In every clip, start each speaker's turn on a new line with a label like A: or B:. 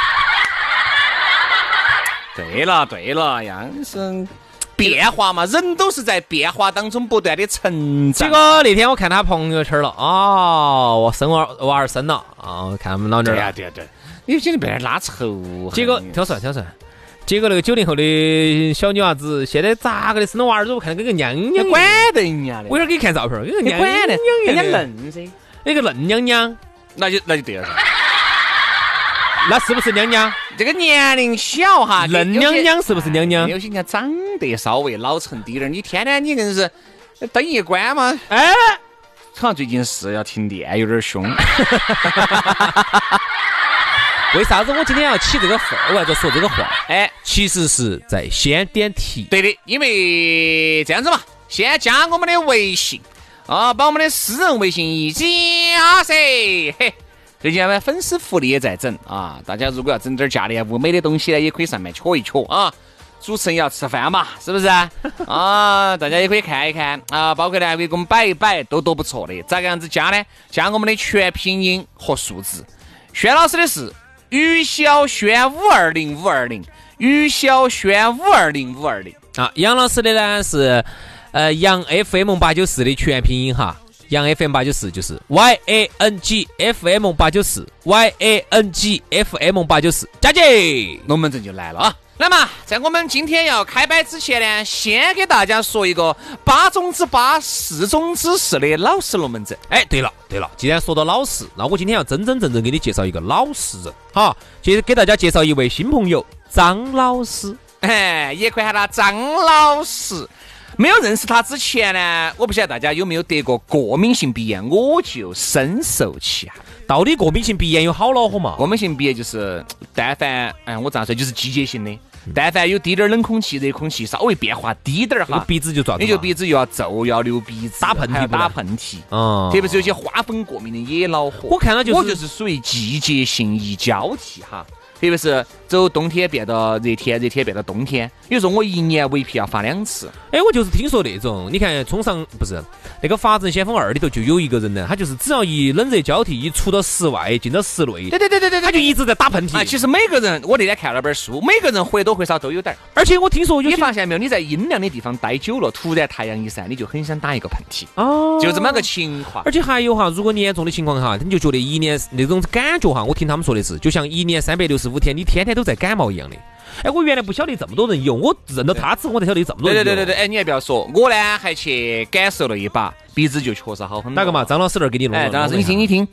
A: 对了对了，杨生。变化嘛，人都是在变化当中不断的成
B: 结
A: 长。
B: 果那天我看他朋友圈了，哦，我生娃娃儿生了，啊，我看他们老娘儿
A: 对呀
B: 了。
A: 对呀对，啊嗯你简直被人拉仇恨。
B: 结果挑算挑算，结果那个九零后的小女娃子，现在咋个的生了娃儿之后，看着跟个娘娘一
A: 你
B: 样，
A: 管得人家的
B: 我一，会儿给你看照片儿，跟个
A: 你
B: 娘
A: 管
B: 娘
A: 得
B: 一
A: 人
B: 样
A: 家
B: 的，
A: 愣噻。
B: 那个嫩娘娘，
A: 那就那就对了噻。
B: 那是不是娘娘？
A: 这个年龄小哈，
B: 嫩
A: 有些
B: 娘娘是不是娘娘
A: 啊有些人家长得稍微老成低点儿，你天天你硬是灯一关嘛，
B: 哎，
A: 好像最近是要停电，有点凶。
B: 为啥子我今天要起这个份儿，我要说这个话？
A: 哎，
B: 其实是在先点题。
A: 对的，因为这样子嘛，先加我们的微信啊，把我们的私人微信一加噻。嘿，最近我们粉丝福利也在整啊，大家如果要整点儿价廉物美的东西呢，也可以上面瞧一瞧啊。主持人要吃饭嘛，是不是啊？啊 大家也可以看一看啊，包括呢，可以给我们摆一摆，都多不错的。咋个样子加呢？加我们的全拼音和数字。轩老师的是于小轩五二零五二零，于小轩五二零五二零。
B: 啊，杨老师的呢是呃杨 FM 八九四的全拼音哈，杨 FM 八九四就是 Y A N G F M 八九四 Y A N G F M 八九四，加起。
A: 龙门阵就来了啊！那么，在我们今天要开摆之前呢，先给大家说一个八中之八、四中之四的老实龙门阵。
B: 哎，对了对了，既然说到老实，那我今天要真真正正给你介绍一个老实人哈，接给大家介绍一位新朋友张老师。
A: 哎，也可以喊他张老师。没有认识他之前呢，我不晓得大家有没有得过过敏性鼻炎，我就深受其害。
B: 到底过敏性鼻炎有好恼火嘛？
A: 过敏性鼻炎就是，但凡哎，我咋说，就是季节性的，
B: 嗯
A: 但凡有滴点儿冷空气、热空气，稍微变化低点儿
B: 那
A: 哈
B: 个，鼻子就抓住嘛，
A: 你就鼻子又要皱，又要流鼻子，
B: 打
A: 啊
B: 喷嚏
A: 还要
B: 不得
A: 打喷嚏。
B: 嗯
A: 特别是有些花粉过敏的也恼火。
B: 我看到就是
A: 我就是属于季节性一交替哈，特别是走冬天变到热天，热天变到冬天，有时候我一年为皮要发两次。
B: 哎，我就是听说那种，你看《冲上》不是那个《法证先锋二》里头就有一个人呢，他就是只要一冷热交替，一出到室外，进到室内，
A: 对对对对
B: 他就一直在打喷嚏。
A: 啊，其实每个人，我那天看了本书，每个人或多或少都有点儿。
B: 而且我听说有
A: 你
B: 些
A: 发现没有？你在阴凉的地方待久了，突然太阳一晒，你就很想打一个喷嚏，
B: 啊，
A: 就这么个。情况
B: 而。且还有哈，如果你严重的情况哈，你就觉得一年那种感觉哈，我听他们说的是，就像一年三百六十五天，你天天都在感冒一样的。哎，我原来不晓得这么多人有，我认到他之后，我才晓得有这么多
A: 对
B: 人
A: 对
B: 有。
A: 对对对，
B: 对，
A: 哎，你还不要说，我呢还去感受了一把，鼻子就确实好很多。
B: 哪个嘛？张老师那儿给你弄。
A: 哎，张老师，你听
B: 你
A: 你听，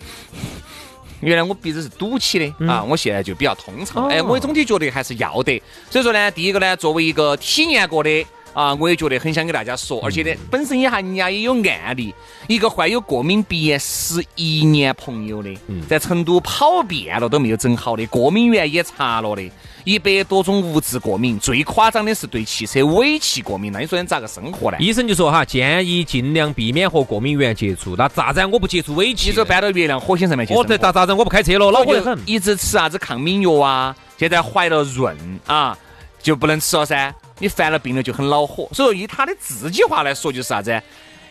A: 原来我鼻子是堵起的啊，我现在就比较通畅了。哎，
B: 哦
A: 我总体觉得还是要得。所以说呢，第一个呢，作为一个体验过的。啊，我也觉得很想给大家说，而且呢，本身也哈，人家也有案例，一个患有过敏鼻炎十一年朋友的，在成都跑遍了都没有整好的，过敏源也查了的，一百多种物质过敏，最夸张的是对汽车尾气过敏，那你说你咋个生活呢？
B: 医生就说哈，建议尽量避免和过敏源接触。那咋子啊我不接触尾气
A: 你
B: 呢？
A: 说搬到月亮火星上面去生
B: 我
A: 活？
B: 这哦咋咋子？我不开车了，恼火
A: 我
B: 得
A: 就
B: 很。
A: 一直吃啥子抗敏药啊，现在怀了润啊，就不能吃了噻。你犯了病了就很恼火。所以以他的自己话来说，就是啥子？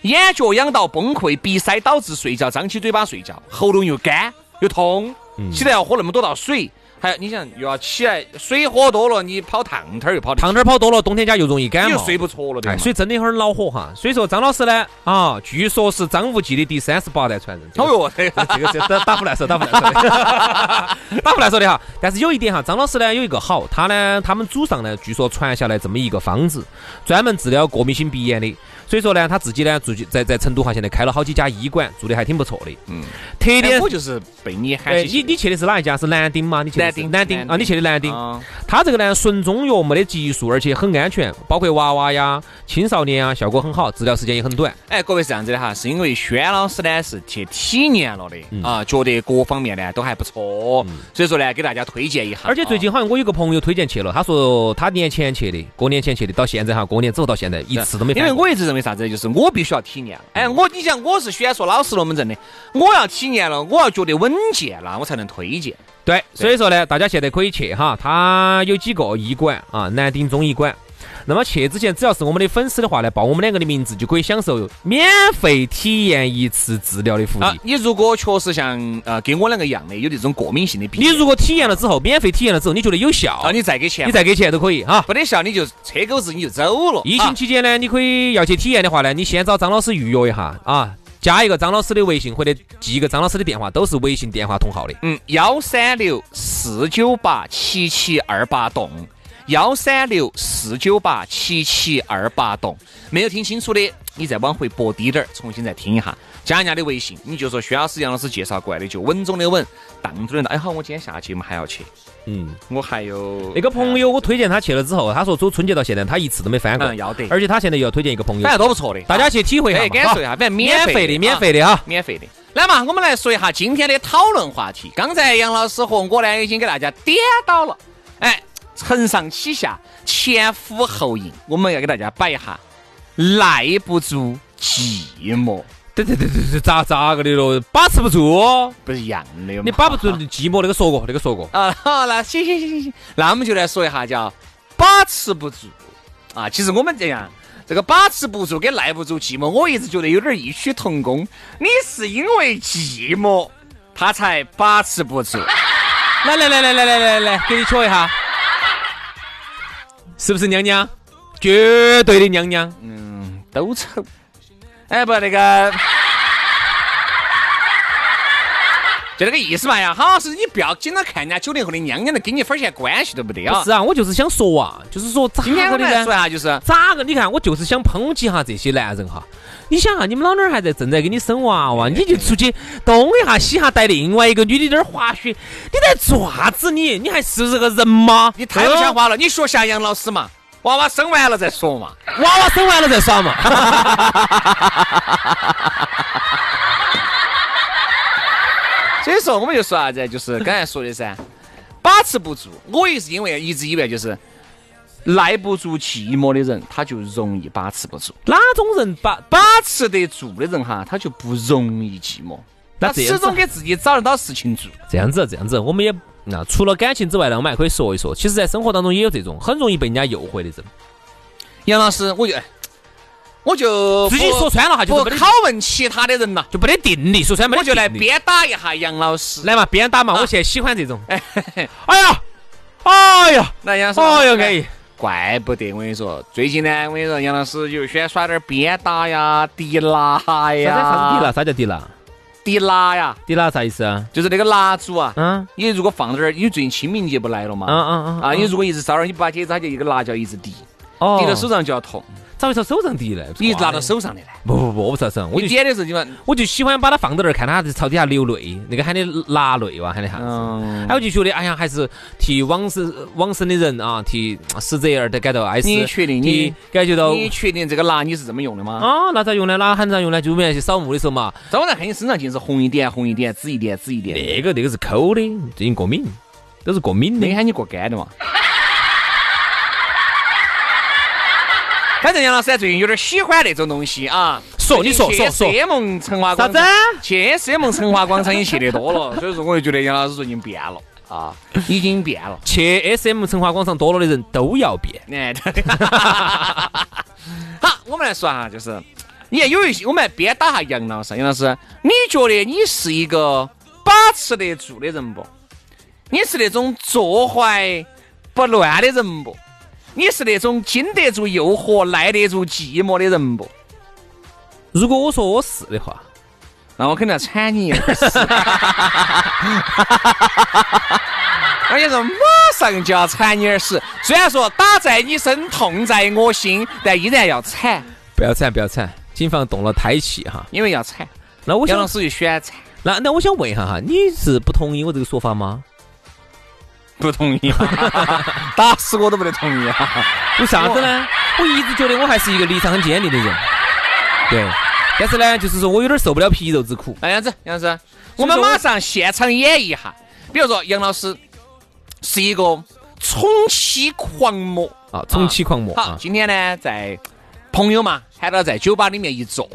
A: 眼角痒到崩溃，鼻塞导致睡觉，张起嘴巴睡觉，喉咙又干又痛，
B: 嗯
A: 起来要喝那么多道水，还有你想又要起来，水喝多了你跑烫腿儿又跑得
B: 胖点儿跑多了，冬天家又容易感
A: 你
B: 冒
A: 又。睡不着了的嘛
B: 哎，。所以真的有点恼火哈。所以说张老师呢，啊，据说是张无忌的第三十八代传人。
A: 哦哟，这
B: 这
A: 个
B: 个，这个这个打打不来说，打不来说 的，打不来说的哈。但是有一点哈，张老师呢有一个好，他呢他们祖上呢据说传下来这么一个方子，专门治疗过敏性鼻炎的。所以说呢，他自己呢自己在在成都哈现在开了好几家医馆，做的还挺不错的。嗯，特
A: 哎
B: 点
A: 我。就是被你喊
B: 哎，
A: 起
B: 你
A: 去
B: 你去的是哪一家？是南丁吗？你去的
A: 南
B: 是
A: 丁
B: 南丁
A: 南
B: 啊，你去的南丁。
A: 啊
B: 它这个呢，纯中药没得激素，而且很安全，包括娃娃呀、青少年啊，效果很好，治疗时间也很短。
A: 哎，各位是这样子的哈，是因为轩老师呢是去体验了的、
B: 嗯
A: 啊，觉得各方面呢都还不错，哦所以说呢给大家推荐一下。
B: 而且最近
A: 啊
B: 好像我有个朋友推荐去了，他说他年前去的，过年前去的，到现在哈，过年之后到现在一次都没
A: 因
B: 犯
A: 为
B: 过。嗯
A: 我一直认为啥子呢，就是我必须要体验。哎，我你想我是选说老实龙门阵的，我要体验了，我要觉得稳健了，我才能推荐。
B: 对，所以说呢，大家现在可以去哈，他有几个医馆啊，南丁中医馆。那么去之前，只要是我们的粉丝的话呢，报我们两个的名字就可以享受免费体验一次治疗的福利。
A: 啊，你如果确实像呃跟我两个一样的有这种过敏性的病，
B: 你如果体验了之后，免费体验了之后，你觉得有效，
A: 啊你再给钱
B: 你，再啊给钱都可以哈。
A: 没得效你就车钩子你就走了。
B: 疫
A: 啊
B: 情期间呢，你可以要去体验的话呢，你先找张老师预约一下啊，加一个张老师的微信或者记一个张老师的电话，都是微信电话同号的。
A: 嗯，幺三六四九八七七二八栋，幺三六四九八七七二八栋，没有听清楚的，你再往回拨低点儿，重新再听一下，加人家的微信，你就说薛老师、杨老师介绍过来的，就稳中的稳，当中的当。哎，好，我今天下节目还要去，
B: 嗯，
A: 我还有哎
B: 那个朋，友，我推荐他去了之后，他说走春节到现在他一次都没翻过
A: 嗯，，要得，
B: 而且他现在啊又要哎推荐一个朋友
A: 反，正都不错的，
B: 大家去体会一下
A: 哎感
B: 嘛，
A: 受一
B: 哈
A: 下，反正
B: 啊免费的，免
A: 啊
B: 费的啊。
A: 免费的。来嘛，我们来说一下今天的讨论话题。刚才杨老师和我呢已经给大家点到了，哎，承上启下，前俯后应，我们要给大家摆一下耐不住寂寞，
B: 对对对对对，咋咋个的咯？把持不住，哦
A: 不是一样的吗？
B: 你把不 住寂寞，那个说过，那个说过。
A: 啊， 好，那行行行行行，那我们就来说一下叫把持不住啊。其实我们这样，这个把持不住跟耐不住寂寞，我一直觉得有点异曲同工。你是因为寂寞，他才把持不住。
B: 来来来来来来来来，给你瞧一下，是不是娘娘？绝对的娘娘。
A: 嗯都丑。哎，不，那个就那个意思嘛呀。好是你不要经常看人家九零后的娘娘的，跟你分儿钱关系都没得啊
B: 不。是啊，我就是想说啊，就是啊说咋
A: 今天
B: 个
A: 我
B: 的
A: 们来
B: 呢
A: 说？啊一下，就是
B: 咋个？你看，我就是想抨击哈这些男人哈。你想啊，你们老娘儿还在正在给你生娃
A: 哎
B: 娃，你就出去东一下西一下带另外一个女的在那儿滑雪，你在做啥子你？你还是这个人吗？哎
A: 你太不像话了，你学下杨老师嘛，娃娃生完了再说嘛。
B: 嗯娃娃生完了再耍嘛。
A: 所以说，我们就说啥子，就是刚才说的噻， 把持不住。我也是因为一直以为就是耐不住寂寞的人，他就容易把持不住；
B: 哪种人把把
A: 把持得住的人哈，他就不容易寂寞。
B: 那
A: 他
B: 这样
A: 始
B: 子啊
A: 终给自己找得到事情做。
B: 这样子，这样子，我们也那除了感情之外呢，我们还可以说一说，其实，在生活当中也有这种很容易被人家诱惑的人，
A: 杨老师，我就哎我就
B: 自己
A: 不
B: 说穿了哈，就是
A: 不
B: 没得
A: 拷问其他的人了，
B: 就没得定力，说穿没得
A: 我就来
B: 定力
A: 鞭打一下杨老师。
B: 来嘛，边打嘛，
A: 啊
B: 我现在喜欢这种。
A: 哎，嘿嘿
B: 哎呀，哎呀，
A: 那杨老师，
B: 哎呀，安逸。
A: 怪不得我跟你说，最近呢，我跟你说，杨老师就喜欢耍点儿鞭打呀、滴蜡
B: 啥子啥子
A: 呀、
B: 迪拉？啥叫迪拉？
A: 滴蜡呀，
B: 迪拉啥意思啊？
A: 就是那个蜡烛啊。
B: 嗯
A: 你如果放点儿，因为最近清明节不来了嘛，
B: 嗯嗯嗯
A: 啊，你如果一直烧点儿，你不把节它就一个辣椒一直滴，
B: 哦
A: 滴到手上就要痛，
B: 咋会朝手上滴呢？
A: 你拿到。手上的来。
B: 不不不，我不朝手上，我
A: 你
B: 就
A: 点的时候，你们
B: 我就喜欢把它放到那儿，看它朝底下流泪，那个喊的辣泪哇，喊的啥子？
A: 嗯
B: 哎，，我就觉得，哎呀，还是替往生往生的人啊，替死者而的感到哀思。
A: 你确定
B: 替
A: 你
B: 感觉到
A: 你确定这个蜡你是这么用的吗？
B: 啊？那咋用呢？哪喊咋用呢？就我们去扫墓的时候嘛，
A: 早上看你身上尽是红一点、红一点、紫一点、紫一点，
B: 哎那个那个是抠的，最近过敏，都是过敏的
A: 没。喊你过干的嘛。 反正杨老师啊最近有点喜欢那种东西啊。
B: 说你说
A: 去
B: 说说
A: S M 成华广
B: 啥子？
A: 去 S M 成华广场也去得多了，所以说我就觉得杨老师最近变了啊，已经变了。
B: 去 S M 成华广场多了的人都要变。
A: 哎，对好，我们来说哈，就是你看有一些，我们来鞭打下杨老师。杨老师，你觉得你是一个把持得住的人不？你是那种坐怀不乱的人不？你是那种经得住诱惑、耐得住寂寞的人不？
B: 如果我说我是的话，
A: 那我肯定要铲你一耳屎，而且是马上就要铲你耳屎。虽然说打在你身，痛在我心，但依然要铲，
B: 不要惨，不要惨，谨防动了胎气哈。
A: 因为要铲。
B: 那我
A: 杨老
B: 想，
A: 师就喜欢铲，
B: 那那我想问一下哈，你是不同意我这个说法吗？
A: 不同意，啊 打死我都不得同意啊！
B: 为啥子呢？我一直觉得我还是一个立场很坚定的人，对。但是呢，就是说我有点受不了皮肉之苦。
A: 那样子，杨老师，我们马上现场演绎一下。比如说，杨老师是一个宠妻狂魔。
B: 啊，宠妻狂魔
A: 好，
B: 啊！
A: 今天呢，在朋友嘛喊到在酒吧里面一坐，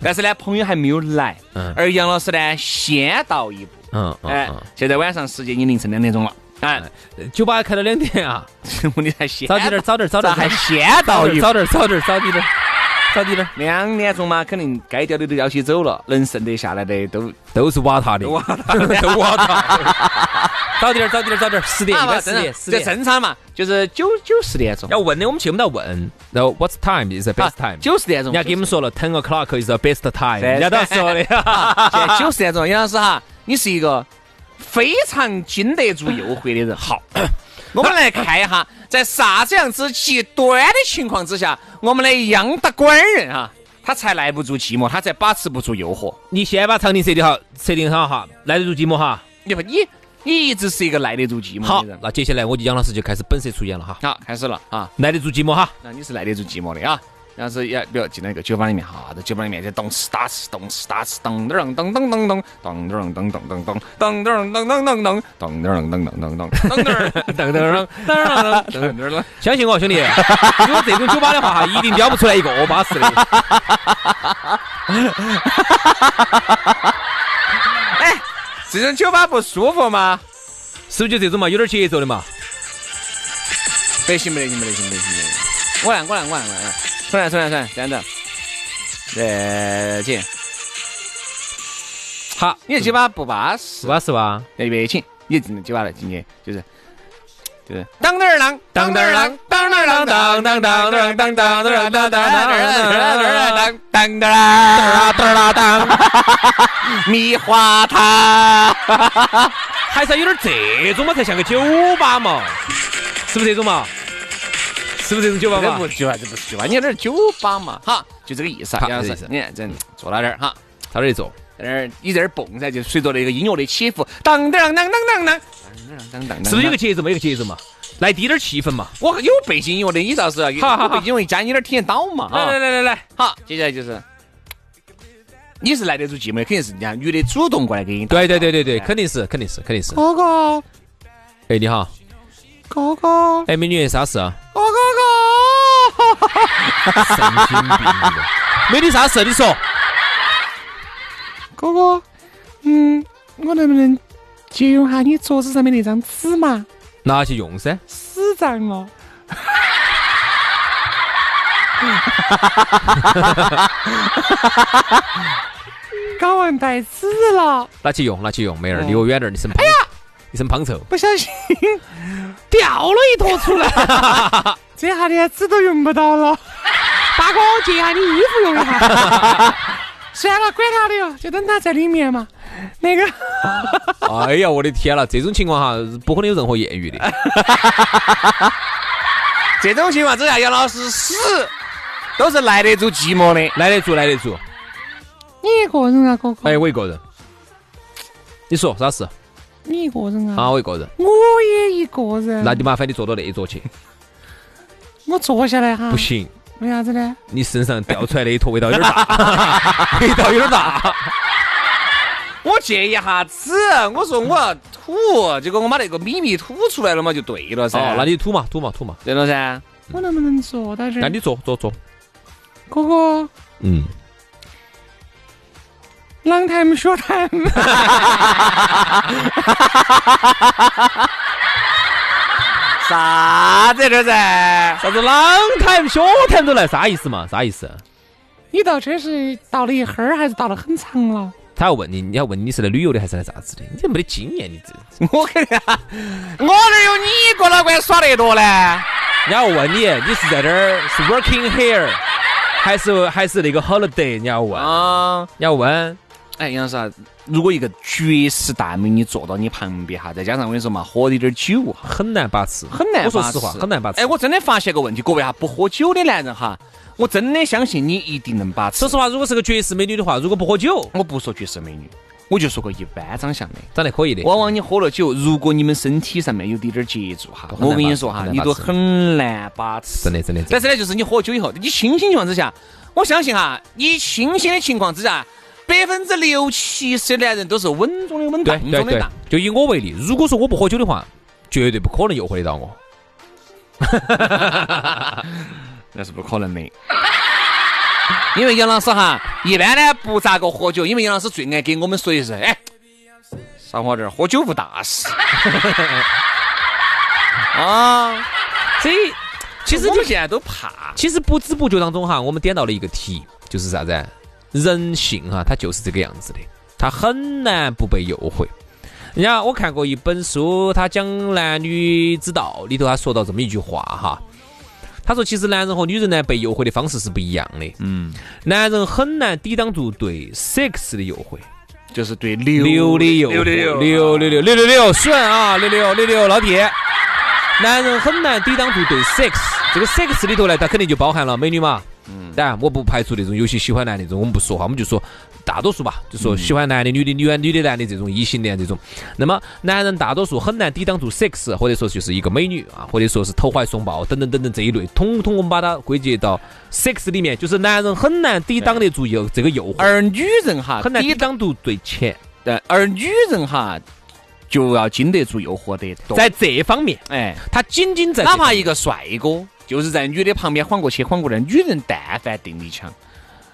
A: 但是呢，朋友还没有来，
B: 嗯
A: 而杨老师呢先到一步，
B: 嗯
A: 哎
B: 嗯，
A: 现在晚上时间已经凌晨两点钟了，哎，
B: 嗯，酒吧开到两点啊，
A: 你才先
B: 早点儿，早点儿，早点
A: 哎咋
B: 儿，
A: 还先
B: 早
A: 到一
B: 点儿，
A: 步？
B: 早点儿，早点儿，早点儿，早点儿，
A: 两点钟嘛，肯定该掉的都掉起走了，能剩得下来的都
B: 都是瓦塔的，
A: 哇，
B: 都瓦塔。早点儿，早点儿，早点儿，十点，一般
A: 吧，
B: 十
A: 正
B: 点，
A: 常，
B: 十
A: 这
B: 点。
A: 正常嘛，就是九九十点钟，啊
B: 要问的我们去不到问，然后 What time is the best time？
A: 九十点钟，
B: 人家给我 们说了，ten o'clock is the best time，
A: 对
B: 人家都说的。
A: 现哎在九十点钟，杨老师哈，你是一个非常经得住诱惑 的人。好，我们来看一下，在啥子样子极端的情况之下，我们的杨大官人啊，他才耐不住寂寞，他才把持不住诱惑。
B: 你先把场景设定好，设定好哈，耐得住寂寞哈。
A: 你不，你你一直是一个耐得住寂寞
B: 好
A: 的人，。
B: 那接下来我就杨老师就开始本色出演了哈，
A: 好，开始了啊，
B: 耐得住寂寞 哈。
A: 那你是耐得住寂寞的啊。然后是要比如进到一个酒吧里面哈，在酒吧里面在咚哧打哧咚哧打哧咚噔噔噔噔噔噔噔噔噔噔噔噔噔噔噔噔噔噔噔噔噔噔噔噔。
B: 噔噔噔噔噔噔噔，相信我， 兄弟，如果这种酒吧的话哈，一定撩不出来一个巴适的。
A: 这种酒吧不舒服吗？
B: 是不是就这种嘛，有点节奏的嘛？
A: 不行不得行不得行不得行不得，我来我来我来我来，重来重来重来，这样子，再见。
B: 好，
A: 你这酒吧不巴适，
B: 巴适吧？
A: 那就别请，你进酒吧来进去就是，对，当当啷，当当啷，当当啷，当当当当当当当当当当当当当当当当，米花糖，
B: 还是要有点这种嘛，才像个酒吧嘛，是不是这种嘛？是不是这种酒吧
A: 这
B: 嘛
A: 不？喜欢，这不喜欢，你有点酒吧嘛，哈，就这个意思啊，杨老师，你看真坐到这儿哈。
B: 差点一坐，
A: 在那儿你在那儿蹦噻，就随着那个音乐的起伏，当当当当当当，当当
B: 是不是有个节奏嘛？有个节奏嘛？来滴点气氛嘛？
A: 我有背景音乐的，你倒是 要有
B: 好好好
A: 背景音乐加，你有点听得到嘛？
B: 来来
A: 啊，
B: 来来来，
A: 好，接下来就是，你是来得住寂寞，肯定是人家女的主动过来给你打。
B: 对对对对对，肯定是肯定是肯定是。
A: 哥哥，
B: 哎，你好，
A: 哥哥，
B: 哎，美女，啥事？
A: 哥哥哥，
B: 美女，啥事？啊你说。
A: 哥哥，嗯，我能不能借用下你桌子上面那张纸嘛？
B: 拿去用噻。
A: 纸张 哦。搞忘带纸了，
B: 拿去用，拿去用，妹儿，离我远点儿，你生胖。哎呀，你生胖臭。
A: 不小心掉了一坨出来，这
C: 哎
A: 下连纸都用不 到了。大哥，借
C: 啊
A: 下你衣服用一下。 算了，管他的
C: 哦
A: 哟，就等他在里面嘛。那个，
B: 哎呀，我的天了，这种情况哈，不可能有任何艳遇的。
A: 这种情况之下，杨老师死都是耐得住寂寞的。
B: 来得住，来得住。
C: 你一个人啊，哥哥，
B: 哎，我一个人。你说啥事？
C: 你一个人啊，
B: 啊，我一个人。
C: 我也一个人。
B: 那就麻烦你坐到那一桌去。
C: 我坐下来哈，哎
B: 不，行，
C: 为啥子呢？
B: 你身上掉出来那 一坨味道有点大，味道有点 大。
A: 我借一下纸，我说我要吐，结果我把那个咪咪吐出来了嘛，就对了噻。
B: 哦，那你吐嘛，吐嘛，吐嘛。
A: 对了噻。
C: 我能不能坐到这
B: 那
C: 儿？
B: 你坐，坐，坐。
C: 哥哥，
B: 嗯。
C: long time short time，
A: 啥子这啊噻？
B: 啥子 long time short time 都来，啥意思嘛？啥意思？
C: 你到这是倒了一会儿，还是倒了很长了？
B: 他要问你，你要问你是来旅游的还是来啥子的？你这没得经验，你这。
A: 我肯定，我哪有你一个老倌耍得多呢？
B: 人家问你，你是在这儿是 working here，还是还是那个 holiday？人家问，人
A: 啊，
B: 家问，
A: 哎，杨老师啊，如果一个绝世大美女坐到你旁边哈，再加上我跟你说嘛，喝一点酒哈，
B: 很难把持，
A: 很难
B: 我说
A: 把
B: 实话，
A: 持
B: 很难把持。
A: 哎，我真的发现个问题，各位哈，不喝酒的男人哈，我真的相信你一定能把持
B: 说。实话，如果是个绝世美女的话，如果不喝酒，
A: 我不说绝世美女，我就说个一般长相的。
B: 长得可以的。
A: 往往你喝了酒，如果你们身体上面有滴点儿接触哈，
B: 很难
A: 我跟你说哈
B: 把，持
A: 你都很难把持。
B: 真的真的
A: 但
B: 真的。
A: 是呢，就是你喝酒以后，你清醒情况之下，我相信哈，你清醒的情况之下，百分之六七十的男人都是稳中的稳，
B: 对
A: 当
B: 对
A: 中的
B: 对
A: 当。，
B: 就以我为例，如果说我不喝酒的话，绝对不可能诱惑得到我。
A: 那是不可能的。 因为杨老师哈，一般呢不咋个喝酒，因为杨老师最爱给我们说一声，哎，少喝点儿，喝酒无大事。啊，
B: 这其实
A: 我
B: 你
A: 们现在都怕。
B: 其实不知不觉当中哈，我们点到了一个题，就是啥子啊？人性哈，它就是这个样子的，它很难不被诱惑。人家我看过一本书，他讲男女之道，里头他说到这么一句话哈，他说其实男人和女人呢被诱惑的方式是不一样的，嗯，男人很难抵挡住对 sex 的诱惑，
A: 就是对六
B: 六的诱惑，
A: 六的诱惑
B: 六六六六六六顺啊，六六六六老铁，男人很难抵挡住对 sex 这个 sex 里头呢，它肯定就包含了美女嘛。嗯，当然我不排除那种有些喜欢男的这种，我们不说哈，我们就说大多数吧，就说喜欢男的、女的、女的、女的、男的这种异性恋这种。那么男人大多数很难抵挡住 sex，或者说就是一个美女啊，或者说是投怀送抱等等等等这一类，统统我们把它归结到 sex 里面，就是男人很难抵挡得住诱这个诱惑，
A: 而女人哈，
B: 很难
A: 抵
B: 抵挡住对钱。
A: 呃，而女人哈，就要经得住诱惑得多。
B: 在这方面，
A: 哎，
B: 他仅仅在
A: 哪怕一个帅哥，就是在女的旁边晃过去晃过来，女人但凡定力强。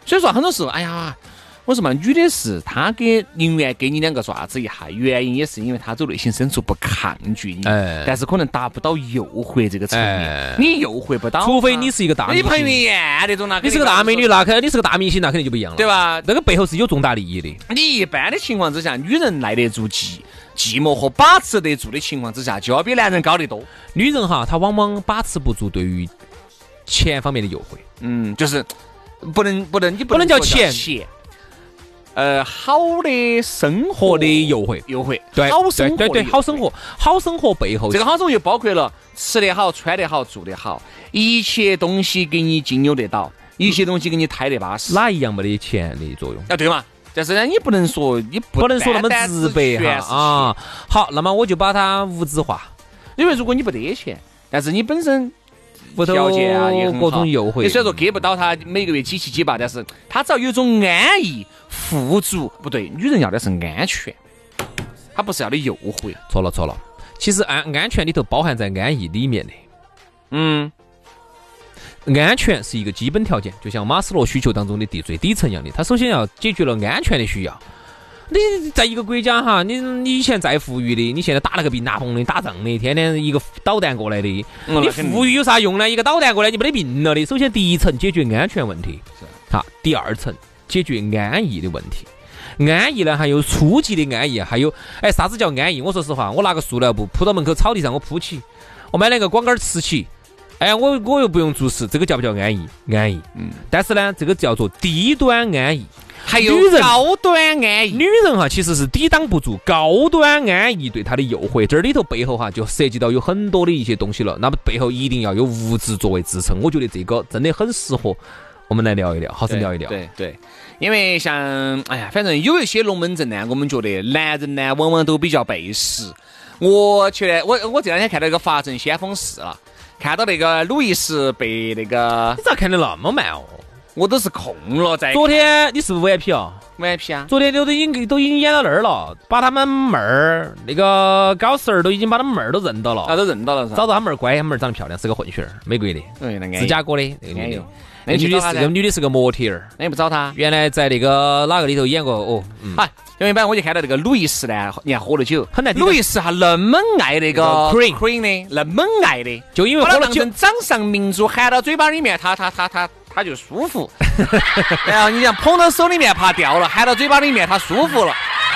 A: 所以说很多时候，哎呀，我我说嘛，女的是她给宁愿给你两个爪子一下，原因也是因为她走内心深处不抗拒你，
B: 哎
A: 但是可能达不到诱惑这个层面，
B: 哎
A: 你诱惑不到，
B: 除非你是一个大
A: 你
B: 明
A: 彭
B: 星，
A: 于晏那种那，
B: 你是个大美女，那肯你是个大明星，那肯定就不一样了，
A: 对？吧？
B: 那个背后是有重大利益的，
A: 你一般的情况之下，女人耐得住寂寂寞和把持得住的情况之下，就要比男人高得多。
B: 女人哈，她往往把持不住对于钱方面的诱惑。
A: 嗯，就是不能不能，你
B: 不能叫
A: 说
B: 钱
A: 钱。呃，好的生活
B: 活的诱惑
A: 诱惑，
B: 对，
A: 好生活
B: 对
A: 的
B: 对对，
A: 诱惑
B: 好生。活，好生活背后
A: 这个好生活又包括了吃得好、穿得好、住得好，一切东西给你经有得到，一切东西给你抬得巴适。
B: 哪一样没得钱的作用？
A: 啊，对嘛？但是呢，你不能说你 不
B: 不能说那么
A: 单单
B: 直
A: 是
B: 白
A: 全是
B: 哈啊。好，那么我就把它物质化，
A: 钱，因为如果你不得钱，但是你本身
B: 屋头
A: 条件啊也很好
B: 各种诱惑。
A: 你虽然说给不到他每个月几期几吧，但是他只要有一种安逸、富足，不对，女人要的是安全，她不是要的诱惑。
B: 错了错了，其实安安全里头包含在安逸里面的。
A: 嗯，
B: 安全是一个基本条件，就像马斯洛需求当中的地最底层一样的，它首先要解决了安全的需要。你在一个国家哈，你你以前再富裕的，你现在打了个病大棚的，打仗的，天天一个导弹过来的，
A: 嗯
B: 你
A: 那肯定
B: 富裕有啥用呢？一个导弹过来，你没得病了的。首先第一层解决安全问题，好，第二层解决安逸的问题。安逸呢，还有初级的安逸，还有哎，啥子叫安逸？我说实话，我拿个塑料布铺到门口草地上，我铺起，我买了个光杆儿吃起，哎，我我又不用做事，这个叫不叫安逸？安逸。嗯。但是呢，这个叫做低端安逸。
A: 还有
B: 女人
A: 高端安逸。
B: 女人哈，其实是抵挡不住高端安逸对她的诱惑，这里头背后哈就涉及到有很多的一些东西了。那么背后一定要有物质作为支撑，我觉得这个真的很适合我们来聊一聊，好生聊一聊。
A: 对对，因为像哎呀，反正有一些龙门阵呢，我们觉得男人呢往往都比较背时。我去，我我这两天看到一个法证先锋四了，看到那个路易斯被那个，
B: 你咋看得那么慢哦？
A: 我都是空了在
B: 昨天你是不是 VIP 啊？
A: VIP 啊。
B: 昨天都已经都已经演到那儿了，把他们妹儿那个高 Sir 都已经把他们妹儿都认到
A: 啊，
B: 了，
A: 都认到了是吧？
B: 找到他妹儿乖，他妹儿长得漂亮，是个混血儿，美国的，
A: 哎，那安逸
B: 芝加哥的那个
A: 安
B: 女
A: 逸
B: 的，，那
A: 那你去
B: 女
A: 找
B: 的
A: 他
B: 是
A: 噻
B: 个女的是个模特儿，
A: 那也不找他。
B: 原来在那个哪个里头演过哦，嗯，
A: 哎，因为反正我就看到那个路易斯呢，你看喝了酒，
B: 很难听
A: 路易斯还那么爱那
B: 那
A: 个
B: 个 Queen
A: Queen 呢，那么爱的，
B: 就因为
A: 把他
B: 喝了
A: 当
B: 酒
A: 成，掌上明珠，含到嘴巴里面，他他他他他就舒服。然后你想捧到手里面怕掉了，含到嘴巴里面他舒服了。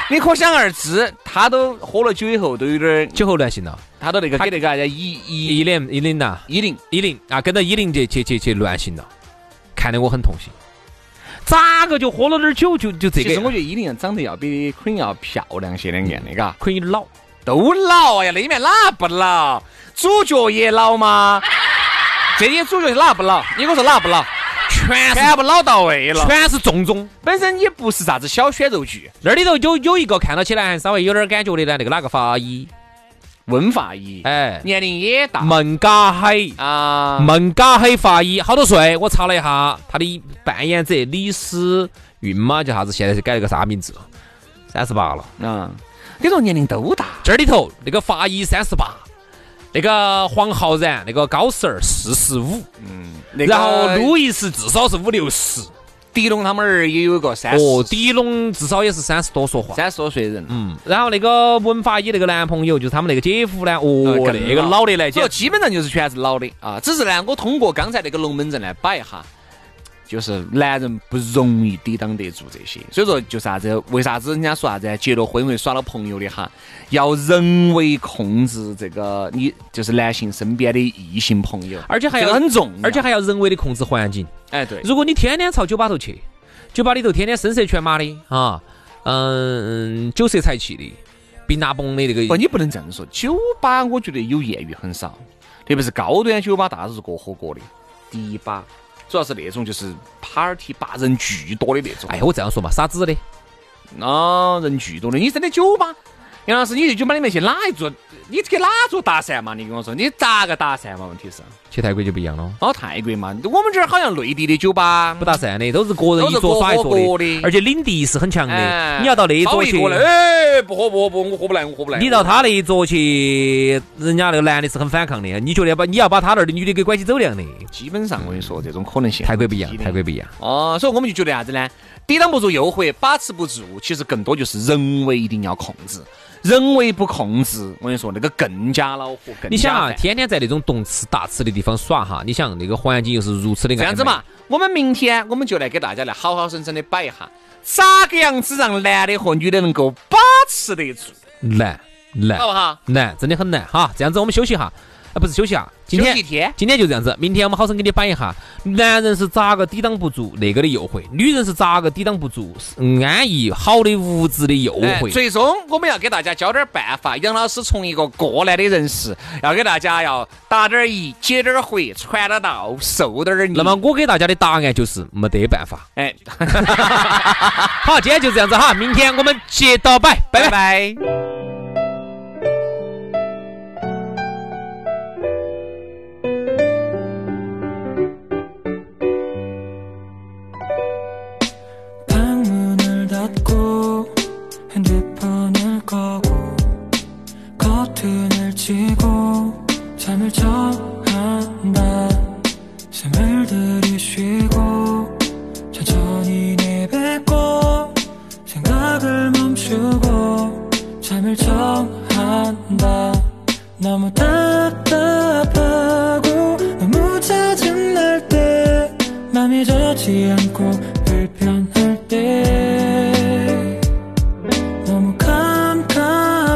A: 你可想而知，他都喝了酒以后都有点儿，
B: 酒后乱性了，
A: 他都那个
B: 他
A: 给那个人家一一
B: 依恋依恋呐，
A: 一零，
B: 依恋啊，跟着依恋去去去去乱性了，看得我很痛心。咋个就喝了点酒就就这
A: 其实我
B: 个？
A: 觉得一零长得要比 Queen 要漂亮些的，按的嘎。
B: 可以老，
A: 都老哎呀，那面哪不老？主角也 老吗？这些主角哪不老？你给我说哪不老？
B: 全啊是
A: 全部老到位了。
B: 全是重中。
A: 本身也不是啥子小鲜肉剧，
B: 那里头就有一个看到起来还稍微有点感觉的呢，那个哪个法医？
A: 文法医，
B: 哎，
A: 年龄也大
B: 孟嘎海，
A: 啊。
B: 孟嘎海法医，好多岁？我查了一下，他的扮演者李思韵嘛叫啥子？现在是改了个啥名字？三十八了。
A: 啊，你说年龄都大，
B: 这里头那个法医三十八，那个黄浩然，那个高 Sir 四十五，然
A: 然
B: 后
A: 后
B: 路易斯至少是五六十，
A: 狄龙他们儿也有个三十，
B: 哦，狄龙至少也是三十多说话。
A: 三十多岁的人。
B: 嗯，然后那个文法医那个男朋友就是他们那个姐夫呢，哦
A: 呃，更
B: 那个
A: 老
B: 老的来
A: 所
B: 讲
A: 以，基本上就是全是老的啊。只是呢，我通过刚才那个龙门阵来摆一下，就是男人不容易抵挡得住这些。所以说，就是啥子？为啥子人家说啥子？啊结了婚会耍了朋友的哈，要人为控制这个你就是男性身边的异性朋友，
B: 而且还
A: 这
B: 要
A: 个很重要，
B: 而且还要人为的控制环境。
A: 哎对，
B: 如果你天天朝酒吧头去，酒吧里头天天声色犬马的啊，嗯，酒色财气的，冰大崩的那
A: 不，
B: 个，
A: 你不能这样说。酒吧我觉得有艳遇很少，特别是高端酒吧，大家是各喝各的。迪吧，主要是那种就是 party 吧，人巨多的那种。
B: 哎，我这样说嘛，傻子的，
A: 啊，人巨多的，你真的酒吧，杨老师，你去酒吧里面去哪一桌你去哪做搭讪嘛？你跟我说，你咋个搭讪嘛？问题是，
B: 去泰国就不一样了。
A: 哦，泰国嘛，我们这儿好像内地的酒吧
B: 不搭讪的，都是个人一
A: 都是
B: 桌耍一
A: 各各
B: 桌
A: 各的
B: 而且领地是很强的
A: 哎。
B: 你要到那一
A: 稍
B: 桌
A: 微
B: 去，
A: 过来，哎，不喝不喝不喝，我喝不来，我喝不来。
B: 你到他那一桌去，人家那个男的是很反抗的，你觉得要把你要把他那儿的女的给拐起走量的。
A: 基本上我跟你说，这种可能性
B: 泰国不一样，
A: 低的
B: 泰国不一样。
A: 哦，所以我们就觉得啥子呢？抵挡不住诱惑，把持不住，其实更多就是人为一定要控制，人为不控制，我跟你说那个更加恼火，更加
B: 你想啊，
A: 烦
B: 天天在那种动吃大吃的地方耍哈，你想那个环境又是如此的
A: 这样子
B: 暧昧
A: 嘛，我们明天我们就来给大家来好好生生的摆一下，咋个样子让男的和女的能够把持得住，
B: 难难
A: 哎好不好？
B: 难，真的很难哈。这样子我们休息一下，啊，不是休息啊，今
A: 休息
B: 天
A: 一天
B: 今天就这样子，明天我们好生给你摆一下，男人是咋个抵挡不住那个的诱惑，女人是咋个抵挡不住嗯安逸好的物质的诱
A: 哎
B: 惑。
A: 最终我们要给大家教点儿办法。杨老师从一个过来的人士，要给大家要打点儿一，解点儿惑，传点儿道，受点儿
B: 那么我给大家的答案就是没得办法。
A: 哎，
B: 好，今天就这样子哈，明天我们接着摆，拜拜
A: 拜。拜
D: 지 않고 불편할 때 너무 캄캄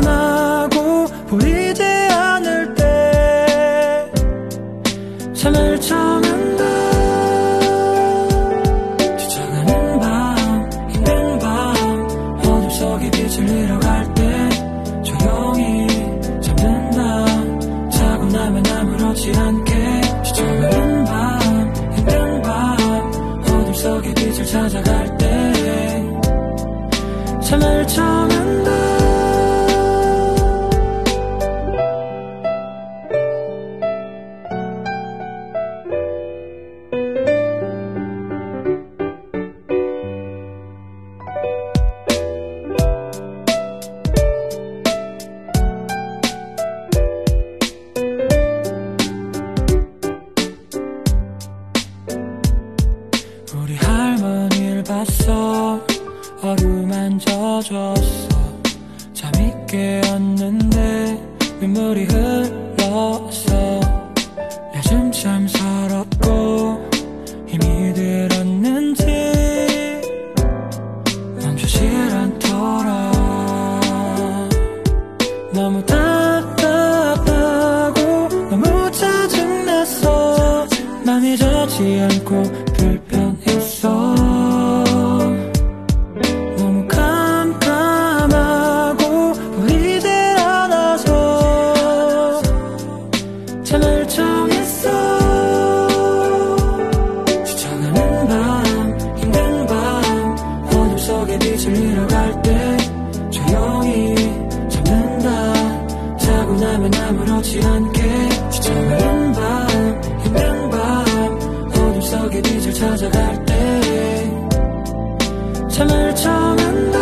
D: 하고 보이지 않을 때 잠을 청한다 지쳐가는 밤 힘든 밤 어둠 속에 빛을 잃어갈 때 조용히 잠든다 자고 나면 아무렇지 않게 지쳐가는 밤 힘든 밤 어둠 속에 빛을 찾아갈 때 잠을 청한다 우리 할머니를 봤어 어루만 젖었어 잠이 깨었는데 눈물이 흘렀어 요즘 참 서럽고 힘이 들었는지 멈추질 않더라 너무 답답하고 너무 짜증났어 맘이 젖지 않고 불편했어 너무 캄캄하고 보이질 않아서 잠을 청했어 지쳐가는 밤 힘든 밤 어둠 속에 빛을 잃어갈 때 조용히 잠든다 자고 나면 아무렇지 않게 지쳐가는 밤 힘든 밤 어둠 속에 빛을 찾아갈 때 잠을 청한다